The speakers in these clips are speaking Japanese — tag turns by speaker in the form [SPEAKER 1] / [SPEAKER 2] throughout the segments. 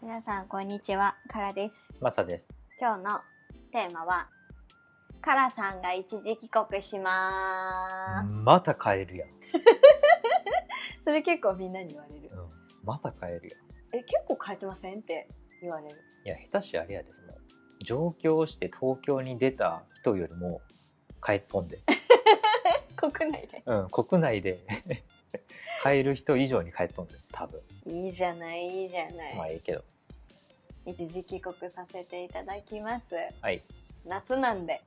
[SPEAKER 1] 皆さんこんにちはカラです
[SPEAKER 2] マサです。
[SPEAKER 1] 今日のテーマはカラさんが一時帰国します、
[SPEAKER 2] また帰るやん。
[SPEAKER 1] それ結構みんなに言われる
[SPEAKER 2] うん、また帰るやん。
[SPEAKER 1] え結構変えてませんって言われる
[SPEAKER 2] いや、下手しあれやですね。上京して東京に出た人よりも帰っと んで、
[SPEAKER 1] 国内で
[SPEAKER 2] うん、国内で 帰る人以上に帰っとんで、多分。
[SPEAKER 1] いいじゃないいいじゃない、
[SPEAKER 2] まあ、ええけど。
[SPEAKER 1] 一時帰国させていただきます
[SPEAKER 2] はい。
[SPEAKER 1] 夏なんで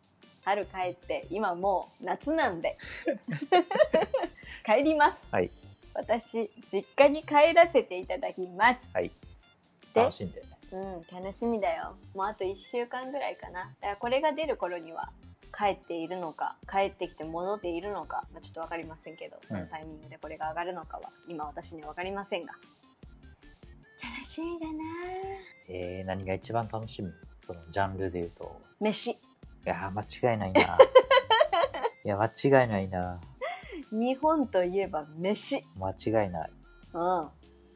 [SPEAKER 1] 春帰って今もう夏なん で帰ります、
[SPEAKER 2] はい
[SPEAKER 1] 私実家に帰らせていただきます
[SPEAKER 2] はい。
[SPEAKER 1] で
[SPEAKER 2] 楽しんで。
[SPEAKER 1] うん楽しみだよもうあと1週間ぐらいかなだからこれが出る頃には帰っているのか帰ってきて戻っているのか、まあ、ちょっと分かりませんけど、そのタイミングでこれが上がるのかは今私には分かりませんが楽しみだな
[SPEAKER 2] えー、何が一番楽しみそのジャンルで言うと。
[SPEAKER 1] ぁ飯
[SPEAKER 2] いやー、間違いな いな。いや、間違いないな。
[SPEAKER 1] 日本といえば飯
[SPEAKER 2] 間違いない。
[SPEAKER 1] うん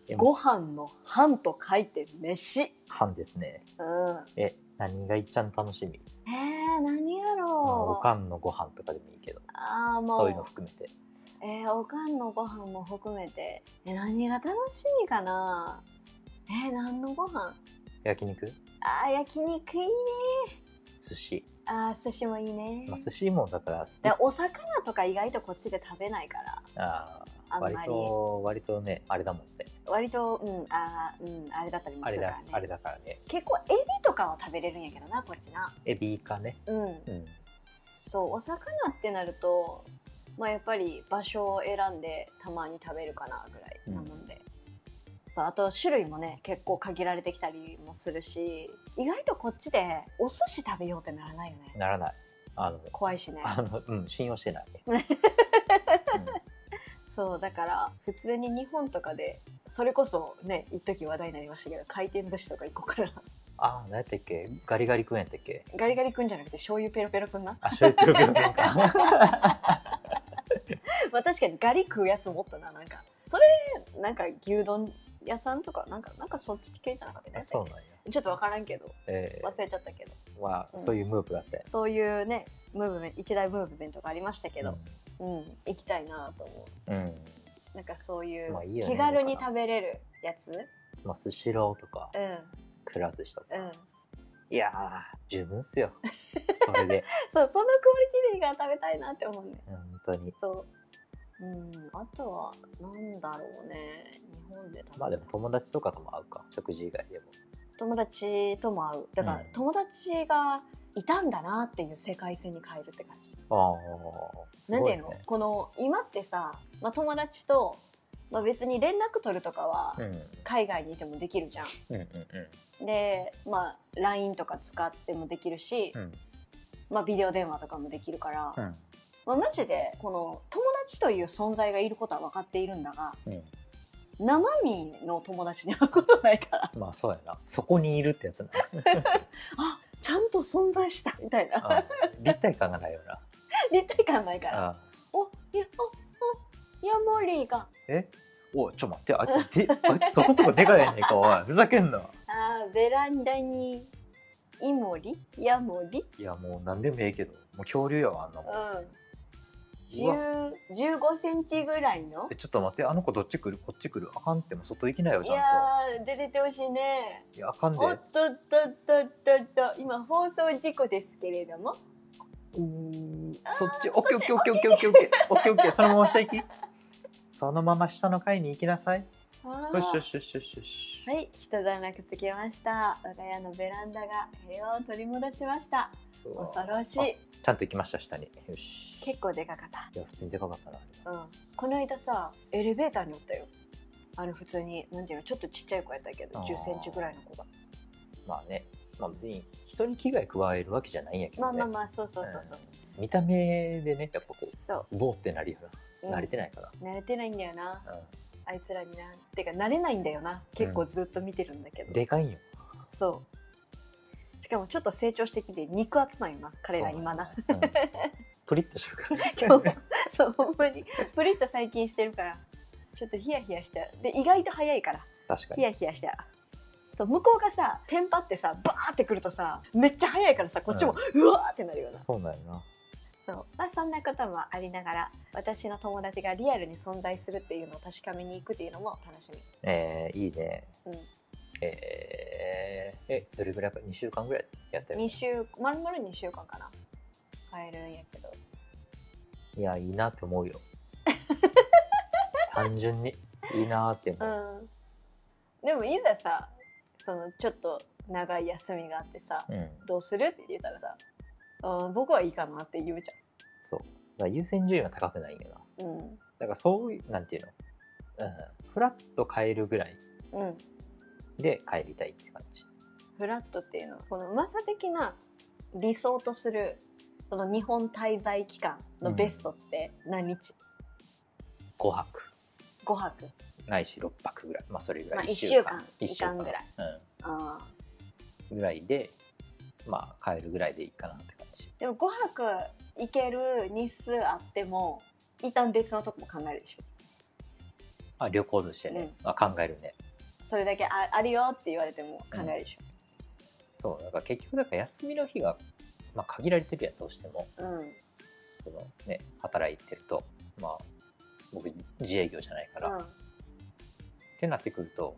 [SPEAKER 2] でも
[SPEAKER 1] ご飯の「飯」と書いて飯
[SPEAKER 2] 半ですね。
[SPEAKER 1] うん
[SPEAKER 2] え、何が一番楽しみ
[SPEAKER 1] えー、何や
[SPEAKER 2] まあお
[SPEAKER 1] ろう
[SPEAKER 2] かんのご飯とかでもいいけど。
[SPEAKER 1] ああもう
[SPEAKER 2] そういうの含めて。
[SPEAKER 1] えーおかんのご飯も含めて、え何が楽しみかなえー何のご飯
[SPEAKER 2] 焼肉
[SPEAKER 1] あー焼肉いいね
[SPEAKER 2] 寿司、
[SPEAKER 1] あー寿司もいいね、
[SPEAKER 2] まあ、寿司もだから
[SPEAKER 1] でお魚とか意外とこっちで食べないから
[SPEAKER 2] あ
[SPEAKER 1] あん
[SPEAKER 2] ー
[SPEAKER 1] ま
[SPEAKER 2] 割
[SPEAKER 1] り
[SPEAKER 2] と割とねあれだもんね
[SPEAKER 1] 割とうんあー、うん、あれだったりも
[SPEAKER 2] あ
[SPEAKER 1] す
[SPEAKER 2] れ
[SPEAKER 1] るから
[SPEAKER 2] だ
[SPEAKER 1] ね
[SPEAKER 2] あれだからね
[SPEAKER 1] 結構エビとかは食べれるんやけどなこっちな
[SPEAKER 2] エビかね
[SPEAKER 1] うん
[SPEAKER 2] うん
[SPEAKER 1] そうお魚ってなるとまあやっぱり場所を選んでたまに食べるかなぐらいなもんで、そうあと種類もね結構限られてきたりもするし意外とこっちでお寿司食べようってならないよね
[SPEAKER 2] ならないあの
[SPEAKER 1] 怖いしね
[SPEAKER 2] あのうん信用してない ね、
[SPEAKER 1] そうだから普通に日本とかでそれこそね一時話題になりましたけど回転寿司とか一個から
[SPEAKER 2] ああ何やったっけガリガリ食えんやったっけ
[SPEAKER 1] ガリガリくんじゃなくて醤油ペロペロくんな
[SPEAKER 2] あ醤油ペロペ ロペロか
[SPEAKER 1] まあ確かにガリ食うやつもおったななんかそれなんか牛丼屋さんとかなんかなんかそっち系じゃなかった
[SPEAKER 2] あ
[SPEAKER 1] ね
[SPEAKER 2] そうなんや
[SPEAKER 1] ちょっと分からんけど
[SPEAKER 2] え
[SPEAKER 1] 忘れちゃったけど
[SPEAKER 2] ー、ま
[SPEAKER 1] う
[SPEAKER 2] あ
[SPEAKER 1] ん
[SPEAKER 2] そういうムーブだったよ、
[SPEAKER 1] そういうねムーブメント一大ムーブメントがありましたけ
[SPEAKER 2] う
[SPEAKER 1] ど
[SPEAKER 2] ん、
[SPEAKER 1] うん、行きたいなと思
[SPEAKER 2] うん
[SPEAKER 1] うなんかそういう
[SPEAKER 2] まあいいよね
[SPEAKER 1] 気軽に食べれるやつ、
[SPEAKER 2] まあ、スシローとか
[SPEAKER 1] う
[SPEAKER 2] くら寿司とか
[SPEAKER 1] んうん
[SPEAKER 2] いやー十分っすよそ れで
[SPEAKER 1] そうそのクオリティでが食べたいなって思うね
[SPEAKER 2] 本当に
[SPEAKER 1] そううんあとはなんだろうね日本で食べる
[SPEAKER 2] まあでも友達とかとも会うか食事以外でも
[SPEAKER 1] 友達とも会うだから、
[SPEAKER 2] うん
[SPEAKER 1] 友達がいたんだなっていう世界線に変えるって感じ
[SPEAKER 2] ああ、
[SPEAKER 1] なんていうの、この今ってさ、まあ、友達と、まあ、別に連絡取るとかは
[SPEAKER 2] うん、うん
[SPEAKER 1] 海外にいてもできるじゃん。
[SPEAKER 2] うんう
[SPEAKER 1] で、まあ、LINE とか使ってもできるし、
[SPEAKER 2] ん
[SPEAKER 1] まあ、ビデオ電話とかもできるから、
[SPEAKER 2] うん
[SPEAKER 1] まあ、マジでこの友達という存在がいることは分かっているんだが
[SPEAKER 2] うん
[SPEAKER 1] 生身の友達に会うことないから
[SPEAKER 2] まあそうやなそこにいるってやつな
[SPEAKER 1] あちゃんと存在したみたいな
[SPEAKER 2] あー立体感がないよな
[SPEAKER 1] 立体感ないから。
[SPEAKER 2] あ
[SPEAKER 1] おいやおおヤモリが
[SPEAKER 2] ーえおいちょ待ってあいつであいつそこそこでかいやねんかおいふざけんな
[SPEAKER 1] あーベランダにイモリヤモリ
[SPEAKER 2] いやもう何でもええけどもう恐竜やわあんなもんうわ
[SPEAKER 1] うん、10 15センチぐらいの
[SPEAKER 2] えちょっと待ってあの子どっち来るこっち来るあかんってもう外行きなよ
[SPEAKER 1] い
[SPEAKER 2] ちゃん
[SPEAKER 1] やー出ててほしいね
[SPEAKER 2] といやあかんで
[SPEAKER 1] おっとっとっとっとっと今放送事故ですけれども
[SPEAKER 2] うーんそっちオッケーオッケーオッケーオッケーオッケーオッケーオッケーオッケーそのまま下行きそのまま下の階に行きなさい
[SPEAKER 1] あー
[SPEAKER 2] よしよしよしよしよし
[SPEAKER 1] はい一段落つけました我が家のベランダが平和を取り戻しました
[SPEAKER 2] うわ
[SPEAKER 1] 恐ろし
[SPEAKER 2] あ
[SPEAKER 1] い
[SPEAKER 2] ちゃんと行きました下によし
[SPEAKER 1] 結構でかかった
[SPEAKER 2] いや普通にでかかったなあ
[SPEAKER 1] う
[SPEAKER 2] れ
[SPEAKER 1] ん、この間さエレベーターにおったよあの普通になんていうのちょっとちっちゃい子やったけど
[SPEAKER 2] あ
[SPEAKER 1] 1
[SPEAKER 2] ー
[SPEAKER 1] 0ンチぐらいの子が
[SPEAKER 2] まあね、まあ、別に人に危害加えるわけじゃないんやけ
[SPEAKER 1] ま
[SPEAKER 2] ど
[SPEAKER 1] あ
[SPEAKER 2] ね、
[SPEAKER 1] まあまあそうそうそうそう、
[SPEAKER 2] うん見た目でねやっぱこ
[SPEAKER 1] そう
[SPEAKER 2] ボーってなるよ
[SPEAKER 1] うん
[SPEAKER 2] な慣れてないから、
[SPEAKER 1] 慣れてないんだよな
[SPEAKER 2] う
[SPEAKER 1] あいつらになてか慣れないんだよな結構ずっと見てるんだけど、
[SPEAKER 2] ん、でかいんよ
[SPEAKER 1] そうしかもちょっと成長してきて肉厚なんよな彼ら今な
[SPEAKER 2] そうなんだようんプリッとしてるから
[SPEAKER 1] 今日そうほんまにプリッと最近してるからちょっとヒヤヒヤしちゃうで意外と早いから
[SPEAKER 2] 確か
[SPEAKER 1] ヒ
[SPEAKER 2] に
[SPEAKER 1] ヤヒヤしちゃうそう向こうがさテンパってさバーってくるとさめっちゃ早いからさこっちも、うわーってなるような
[SPEAKER 2] そうなんやな
[SPEAKER 1] そう、まあ、そんなこともありながら私の友達がリアルに存在するっていうのを確かめに行くっていうのも楽し
[SPEAKER 2] えー、いいね
[SPEAKER 1] み、うん、
[SPEAKER 2] えー、えどれぐらいか2週間ぐらいやってる
[SPEAKER 1] 2週まるまる2週間かな帰るんやけど
[SPEAKER 2] いやいいなって思 うよ単純にいいなって思う、
[SPEAKER 1] うんでもいざさそのちょっと長い休みがあってさ
[SPEAKER 2] うん
[SPEAKER 1] 「どうする?」って言ったらさ「うん僕はいいかな」って言うじ
[SPEAKER 2] そうだから優先順位は高くないんやな
[SPEAKER 1] ゃん。うん
[SPEAKER 2] だからそういうなんていうの、うん、フラッと帰るぐらい
[SPEAKER 1] うん、
[SPEAKER 2] で帰りたいって感じ
[SPEAKER 1] フラットっていうのはこのマサ的な理想とするその日本滞在期間のベストって何日、
[SPEAKER 2] 5泊
[SPEAKER 1] ?5 泊
[SPEAKER 2] ないし6泊ぐらいまあそれぐら
[SPEAKER 1] まあ
[SPEAKER 2] い
[SPEAKER 1] 一週間
[SPEAKER 2] 一
[SPEAKER 1] いかんぐらいあー
[SPEAKER 2] うん、ぐらいでまあ帰るぐらいでいいかなって感じ
[SPEAKER 1] でも5泊行ける日数あっても一旦別のとこも考えるでしょ
[SPEAKER 2] あ旅行としてね、あ考えるね
[SPEAKER 1] それだけああるよって言われても考えるでし
[SPEAKER 2] そうだから結局だから休みの日が、まあ、限られてるやんどうしても
[SPEAKER 1] ょ、うん
[SPEAKER 2] そのね働いてるとまあ僕自営業じゃないから、
[SPEAKER 1] う
[SPEAKER 2] っ
[SPEAKER 1] ん
[SPEAKER 2] てなってくると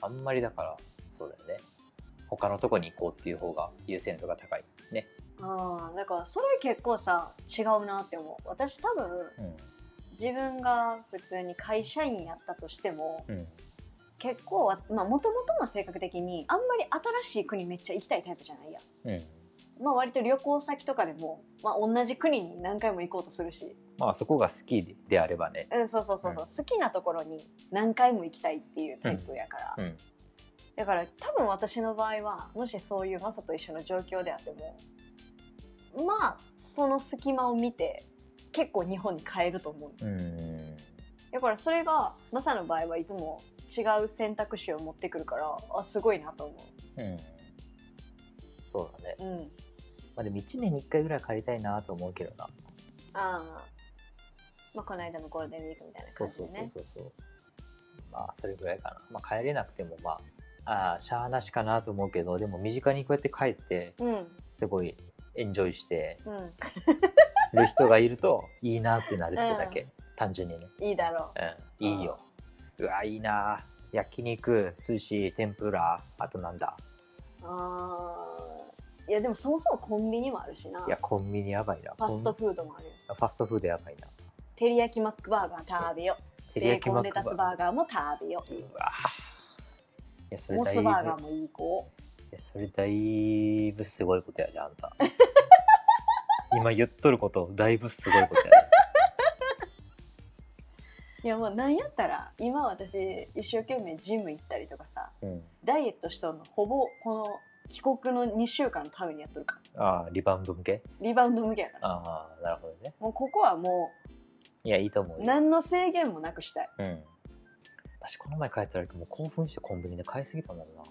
[SPEAKER 2] あんまりだからそうだよね他のとこに行こうっていう方が優先度が高いね、
[SPEAKER 1] あーだからそれ結構さ違うなって思う私多分
[SPEAKER 2] うん
[SPEAKER 1] 自分が普通に会社員やったとしても
[SPEAKER 2] うん、
[SPEAKER 1] 結構わまあもともとの性格的にあんまり新しい国めっちゃ行きたいタイプじゃないやん
[SPEAKER 2] うん、
[SPEAKER 1] まあ割と旅行先とかでも、まあ、同じ国に何回も行こうとするし、
[SPEAKER 2] まあそこが好きでであればね
[SPEAKER 1] うん、そうそうそうそう、好きなところに何回も行きたいっていうタイプやから、
[SPEAKER 2] うん
[SPEAKER 1] だから多分私の場合はもしそういうマサと一緒の状況であってもまあその隙間を見て結構日本に帰ると思う
[SPEAKER 2] うん
[SPEAKER 1] だからそれがマサの場合はいつも違う選択肢を持ってくるからあすごいなと思
[SPEAKER 2] うんそうだね
[SPEAKER 1] ううん
[SPEAKER 2] まあでも1年に1回ぐらい帰りたいなと思うけどな
[SPEAKER 1] ああまあこの間のゴールデンウィークみたいな
[SPEAKER 2] そ
[SPEAKER 1] 感
[SPEAKER 2] う
[SPEAKER 1] じで
[SPEAKER 2] そう
[SPEAKER 1] ね
[SPEAKER 2] そうそうそうまあそれぐらいかな、まあ、帰れなくてもまああーしゃあなしかなと思うけどでも身近にこうやって帰ってすごいエンジョイして
[SPEAKER 1] うんう
[SPEAKER 2] る人がいるといいなってなるってだけ、単純にね、
[SPEAKER 1] んいいだろ
[SPEAKER 2] うん、いいようわいいな焼肉寿司天ぷらあとなんだ
[SPEAKER 1] うああいやでもそもそもコンビニもあるしない
[SPEAKER 2] やコンビニやばいな
[SPEAKER 1] ファスト
[SPEAKER 2] コ
[SPEAKER 1] フードもあるよ
[SPEAKER 2] ンファストフードやばいな
[SPEAKER 1] 照り焼きマックバーガー食べよ
[SPEAKER 2] 照り
[SPEAKER 1] ベー
[SPEAKER 2] 焼き
[SPEAKER 1] コ
[SPEAKER 2] マ
[SPEAKER 1] ン
[SPEAKER 2] ッ
[SPEAKER 1] レ
[SPEAKER 2] クバ
[SPEAKER 1] タ
[SPEAKER 2] ー
[SPEAKER 1] スバーガーも食べよ
[SPEAKER 2] うわいやそれ
[SPEAKER 1] モ
[SPEAKER 2] だい
[SPEAKER 1] ス
[SPEAKER 2] ぶ
[SPEAKER 1] バーガーもいい子
[SPEAKER 2] いやそれだいぶすごいことやであんた 今言っとることだいぶすごいことや
[SPEAKER 1] いやもうなんやったら今私一生懸命ジム行ったりとかさ
[SPEAKER 2] で、うん、
[SPEAKER 1] ダイエットしたのほぼこの帰国の2週間のためにやっとるから
[SPEAKER 2] ああリバウンド向け
[SPEAKER 1] リバウンド向けやから
[SPEAKER 2] ああなるほどね
[SPEAKER 1] もうここはも
[SPEAKER 2] いやいいと思
[SPEAKER 1] う
[SPEAKER 2] うよ、
[SPEAKER 1] 何の制限もなくしたい
[SPEAKER 2] うん、私この前帰った時もう興奮してコンビニで買いすぎたもんな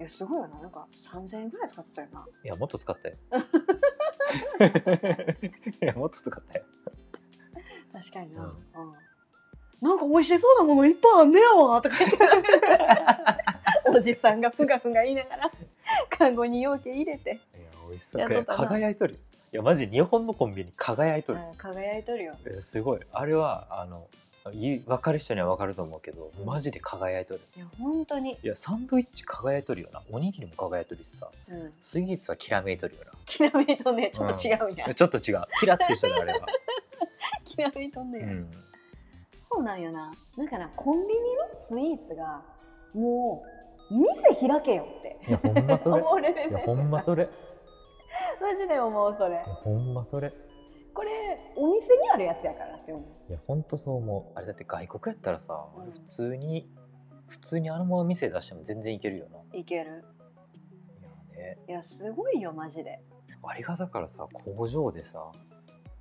[SPEAKER 2] い
[SPEAKER 1] やすごいよななんか3000円ぐらい使ってたよない
[SPEAKER 2] やもっと使 ったよいやもっと使ったよ
[SPEAKER 1] 確かにな、
[SPEAKER 2] う
[SPEAKER 1] うんんなんか美味しそうなものいっぱいあんねやわとか言っておじさんがふがふが言いながらカゴに容器入れて、
[SPEAKER 2] いや美味しそう
[SPEAKER 1] やっとったな
[SPEAKER 2] 輝いとるよいやマジ日本のコンビニ輝いと
[SPEAKER 1] う
[SPEAKER 2] る、
[SPEAKER 1] ん、輝いとるよ
[SPEAKER 2] えすごいあれはあのい分かる人には分かると思うけどマジで輝いとる
[SPEAKER 1] いや本当に、
[SPEAKER 2] いやサンドイッチ輝いとるよなおにぎりも輝いとるしさ
[SPEAKER 1] うん、
[SPEAKER 2] スイーツはきらめいとるよ
[SPEAKER 1] きらめいとんねちょっと違うんや、
[SPEAKER 2] なちょっと違うキラってしたであ れば、
[SPEAKER 1] きらめいとんね
[SPEAKER 2] う
[SPEAKER 1] や、
[SPEAKER 2] ん、
[SPEAKER 1] そうなんよなだからコンビニのスイーツがもう店開けよって
[SPEAKER 2] いやほんまそれ
[SPEAKER 1] 思うレベル
[SPEAKER 2] いやほんまそれい
[SPEAKER 1] マジで思うそれ
[SPEAKER 2] やほんまそれ
[SPEAKER 1] これお店にあるやつやからって思う
[SPEAKER 2] いやほんとそう思うあれだって外国やったらさ、
[SPEAKER 1] うん
[SPEAKER 2] 普通に普通にあのまま店出しても全然いけるよない
[SPEAKER 1] ける
[SPEAKER 2] いやね
[SPEAKER 1] いやすごいよマジで
[SPEAKER 2] あれがだからさ工場でさ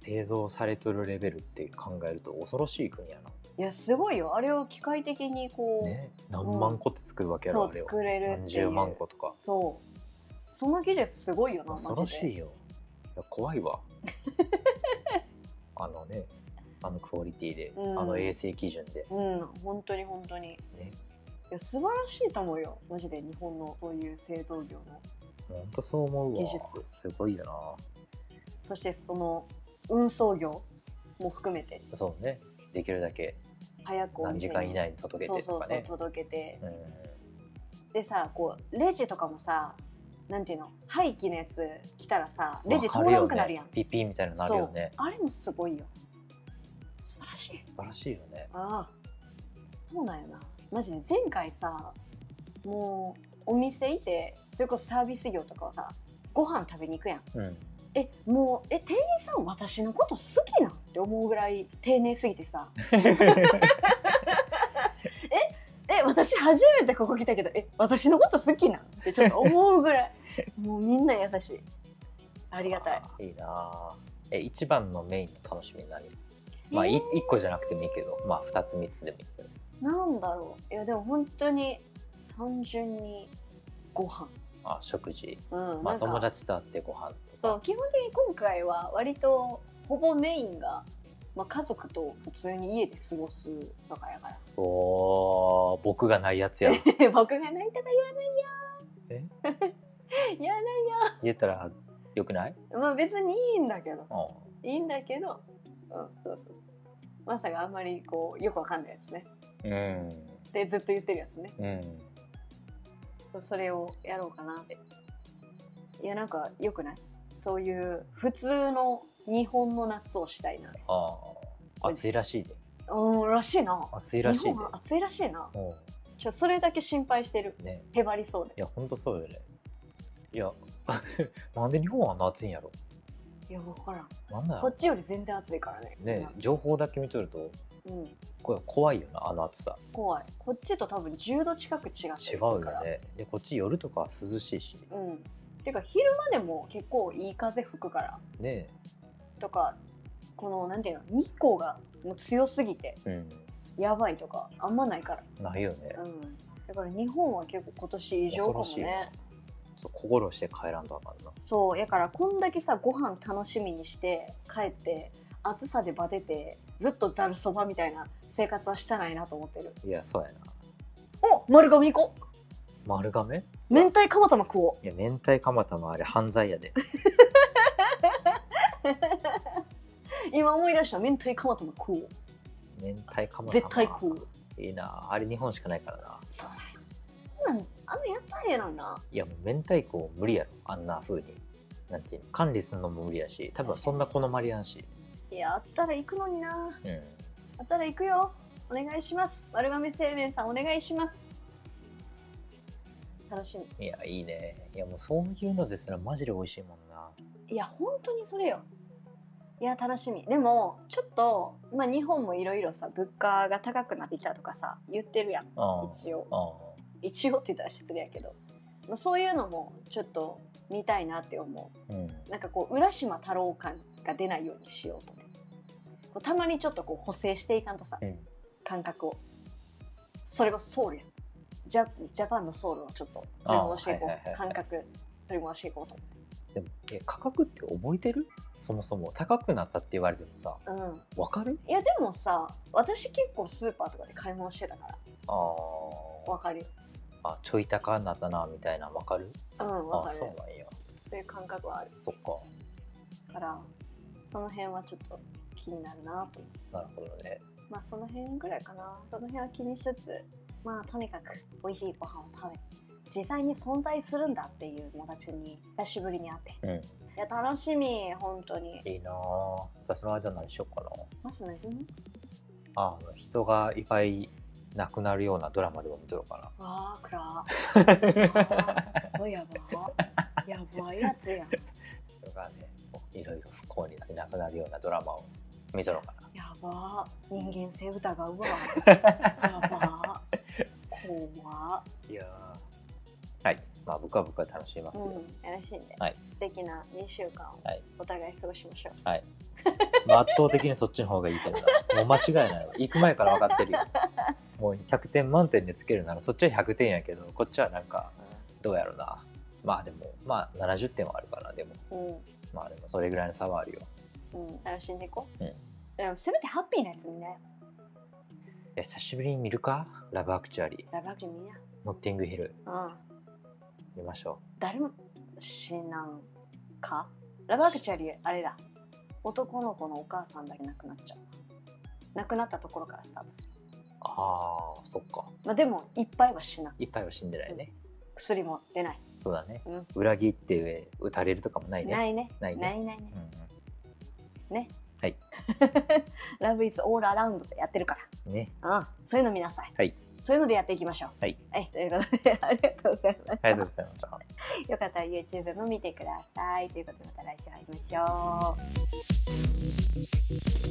[SPEAKER 2] 製造されとるレベルって考えると恐ろしい国や
[SPEAKER 1] いやすごいよあれを機械的にこ
[SPEAKER 2] な、
[SPEAKER 1] う、
[SPEAKER 2] ね、何万個って作るわけや
[SPEAKER 1] そう
[SPEAKER 2] ろ、あれを
[SPEAKER 1] 作れる
[SPEAKER 2] 何
[SPEAKER 1] ってい
[SPEAKER 2] 十
[SPEAKER 1] う
[SPEAKER 2] 万個とか
[SPEAKER 1] そうその技術すごいよな
[SPEAKER 2] 恐
[SPEAKER 1] マ
[SPEAKER 2] ろ
[SPEAKER 1] ジ
[SPEAKER 2] し
[SPEAKER 1] で
[SPEAKER 2] いよいや怖いわ あのねあのクオリティで、
[SPEAKER 1] うん
[SPEAKER 2] あの衛生基準で
[SPEAKER 1] うん本当に本当に
[SPEAKER 2] ね
[SPEAKER 1] や素晴らしいと思うよマジで日本のこういう製造業の
[SPEAKER 2] ほんとそう思うわ
[SPEAKER 1] 技術
[SPEAKER 2] すごいよ
[SPEAKER 1] そしてその運送業も含めて
[SPEAKER 2] なそうねできるだけ
[SPEAKER 1] 早くお
[SPEAKER 2] 何
[SPEAKER 1] 店
[SPEAKER 2] 時
[SPEAKER 1] に
[SPEAKER 2] 間以内に届けて
[SPEAKER 1] そうそ
[SPEAKER 2] とか
[SPEAKER 1] うそう
[SPEAKER 2] ね
[SPEAKER 1] 届けて
[SPEAKER 2] う、ん
[SPEAKER 1] でさこうレジとかもさなんていうの廃棄のやつ来たらさレジ通らんくなるやん
[SPEAKER 2] わかよねピッピーみたいなのなるよね
[SPEAKER 1] あれもすごいよ素晴らしい
[SPEAKER 2] 素晴らしいよね
[SPEAKER 1] ああそうなんよなマジで前回さもうお店いてそれこそサービス業とかはさご飯食べに行くやん
[SPEAKER 2] うん
[SPEAKER 1] えもうえ店員さん私のこと好きなんって思うぐらい丁寧すぎてさえ私初めてここ来たけどえ私のこと好きなんってちょっと思うぐ らいもうみんな優しいあ
[SPEAKER 2] あ
[SPEAKER 1] りがたい
[SPEAKER 2] いいいなあえ一番のメインの楽しみ何まあ、い
[SPEAKER 1] え
[SPEAKER 2] 一個じゃなくてもいいけど、まあ、二つ三つでもいいけど。
[SPEAKER 1] ーなんだろういやでも本当に単純にご飯
[SPEAKER 2] あ、食事、
[SPEAKER 1] うんな
[SPEAKER 2] まあ、
[SPEAKER 1] んか
[SPEAKER 2] 友達と会ってご飯とか。
[SPEAKER 1] そう基本的に今回は割とほぼメインが、まあ、家族と普通に家で過ごすとかやから
[SPEAKER 2] おー僕がないやつや。
[SPEAKER 1] 僕が泣いたか言 わないよ言わな
[SPEAKER 2] 言ったら、よくない。
[SPEAKER 1] いまあ別にいいんだけど
[SPEAKER 2] うん。
[SPEAKER 1] いいんだけどうんそうそうまさがあんまりこうよくわかんないやつね
[SPEAKER 2] うん。
[SPEAKER 1] でずっと言ってるやつね
[SPEAKER 2] うん。
[SPEAKER 1] そうそれをやろうかなっていやなんかよくないそういう普通の日本の夏をしたいな
[SPEAKER 2] ああ。暑いらしいで。
[SPEAKER 1] うんらしいな
[SPEAKER 2] 暑いらしいで
[SPEAKER 1] 日。本は暑いらしいな
[SPEAKER 2] う
[SPEAKER 1] ちょそれだけ心配してる
[SPEAKER 2] ん。ね。
[SPEAKER 1] へばりそうで
[SPEAKER 2] いや、ほんとそうよね。いや。 なんで日本はあんな暑いんやろ。
[SPEAKER 1] いや分からん
[SPEAKER 2] なんだ
[SPEAKER 1] こ
[SPEAKER 2] ろ
[SPEAKER 1] っちより全然暑いからね
[SPEAKER 2] う。ね、情報だけ見とると。
[SPEAKER 1] うん
[SPEAKER 2] これ怖いよな、あの暑さ。
[SPEAKER 1] 怖いこっちと多分10度近く違ってる
[SPEAKER 2] 違うよね。で、こっち夜とか涼しいし。
[SPEAKER 1] うんてか昼間でも結構いい風吹くから
[SPEAKER 2] ね。
[SPEAKER 1] とかこのなんていうの日光がもう強すぎて
[SPEAKER 2] うん。
[SPEAKER 1] やばいとかあんまないから
[SPEAKER 2] ないよね。
[SPEAKER 1] うんだから日本は結構今年異常かも
[SPEAKER 2] 恐ろしいな
[SPEAKER 1] ね
[SPEAKER 2] ちょっと心して帰らんとあかんな。
[SPEAKER 1] そうやからこんだけさご飯楽しみにして帰って暑さでバテてずっとざるそばみたいな生活はしたないなと思ってる
[SPEAKER 2] いや、そうやな。
[SPEAKER 1] お丸亀行こ
[SPEAKER 2] 丸亀
[SPEAKER 1] う明太釜玉食お
[SPEAKER 2] いや、明太釜玉あれ犯罪 やで。
[SPEAKER 1] う今思い出した明太釜玉食おう
[SPEAKER 2] 明太釜玉。
[SPEAKER 1] 絶対食おう
[SPEAKER 2] いいな。あれ日本しかないからな。
[SPEAKER 1] そうなんやあんなんやったらええのにない
[SPEAKER 2] や、もう明太子無理やろ。あんな風に。なんていうの管理するのも無理やし、多分そんな好まれやんし。
[SPEAKER 1] いやあったら行くのにな
[SPEAKER 2] うん。
[SPEAKER 1] あったら行くよお願いします丸亀製麺さんお願いします楽しみ
[SPEAKER 2] いや、いいね。いや、もうそういうのですらマジで美味しいもんな。
[SPEAKER 1] いや本当にそれよいや楽しみでもちょっと、まあ、日本もいろいろさ物価が高くなってきたとかさ言ってるやん
[SPEAKER 2] ああ。
[SPEAKER 1] 一応
[SPEAKER 2] あ
[SPEAKER 1] 一応って言ったら失礼やけど、まあ、そういうのもちょっと見たいなって思
[SPEAKER 2] あ。うん。
[SPEAKER 1] うなんかこう浦島太郎感が出ないようにしようとねこうたまにちょっとこう補正していかんとさ
[SPEAKER 2] うん。
[SPEAKER 1] 感覚をそれこそソウルやんジャジャパンのソウルをちょっと取り戻していこ
[SPEAKER 2] あーはいは
[SPEAKER 1] う
[SPEAKER 2] いはいは
[SPEAKER 1] 感
[SPEAKER 2] い
[SPEAKER 1] 覚取り戻していこうと
[SPEAKER 2] でも、え、価格って覚えてるそもそも。高くなったって言われてもさ、
[SPEAKER 1] 思ってうん
[SPEAKER 2] わかる
[SPEAKER 1] いやでもさ私結構スーパーとかで買い物してたから
[SPEAKER 2] ああ。
[SPEAKER 1] わかるよ
[SPEAKER 2] あちょい高になったなみたいなわかる
[SPEAKER 1] うんわかる
[SPEAKER 2] あそうなんや
[SPEAKER 1] そういう感覚はある
[SPEAKER 2] そっか
[SPEAKER 1] からその辺はちょっと気になるなと
[SPEAKER 2] なるほどね
[SPEAKER 1] まあその辺ぐらいかなその辺は気にしつつまあとにかく美味しいご飯を食べ実際に存在するんだっていう友達に久しぶりに会って
[SPEAKER 2] う
[SPEAKER 1] いや楽しみ本当に
[SPEAKER 2] んいいなぁ私の間何しようかな
[SPEAKER 1] まずね
[SPEAKER 2] ああの人がいっぱい亡くなるようなドラマでも見とろうか
[SPEAKER 1] わあくら
[SPEAKER 2] な
[SPEAKER 1] おやばやばいやつやん
[SPEAKER 2] 人がねいろいろ不幸になって亡くなるようなドラマを見とろうかな
[SPEAKER 1] やばー人間性疑うわやばー怖
[SPEAKER 2] いやーはいまあ僕は僕は楽しみますよ、
[SPEAKER 1] うんやらしいんで、
[SPEAKER 2] はい
[SPEAKER 1] 素敵な2週間を
[SPEAKER 2] はい
[SPEAKER 1] お互い過ごしましょう、
[SPEAKER 2] まあ圧倒的にそっちの方がいいけどなもう間違いないわ行く前から分かってるよもう100点満点でつけるならそっちは100点やけどこっちはなんかどうやろうなまあでもまあ70点はあるからでもまあでもそれぐらいの差はあるよ
[SPEAKER 1] うんうん楽しんでいこう、
[SPEAKER 2] うん
[SPEAKER 1] でもせめてハッピーなやつにね
[SPEAKER 2] や久しぶりに見るかラブアクチュアリ
[SPEAKER 1] ラブアクション見な。
[SPEAKER 2] ーノッティングヒル
[SPEAKER 1] うん。
[SPEAKER 2] 見ましょ
[SPEAKER 1] 誰も死なんかラブアクチュアリーあれだ男の子のお母さんだけ亡くなっちゃう亡くなったところからスタートする、
[SPEAKER 2] うあーそっか
[SPEAKER 1] まあ、でもいっぱいは死なない
[SPEAKER 2] いっぱいは死んでないね、
[SPEAKER 1] 薬も出ない
[SPEAKER 2] そうだね、
[SPEAKER 1] うん
[SPEAKER 2] 裏切って打たれるとかもないね
[SPEAKER 1] ないね
[SPEAKER 2] ないね
[SPEAKER 1] ないないね
[SPEAKER 2] うん
[SPEAKER 1] ね
[SPEAKER 2] はい
[SPEAKER 1] ラブイズオールアラウンドでやってるか
[SPEAKER 2] うん、ね
[SPEAKER 1] ら、うん、そういうの見なさい、
[SPEAKER 2] はい
[SPEAKER 1] そういうのでやっていきましょう
[SPEAKER 2] はい
[SPEAKER 1] はいということでありがとうございました
[SPEAKER 2] ありがとうございました
[SPEAKER 1] よかったら YouTube も見てくださいということでまた来週お会いしましょう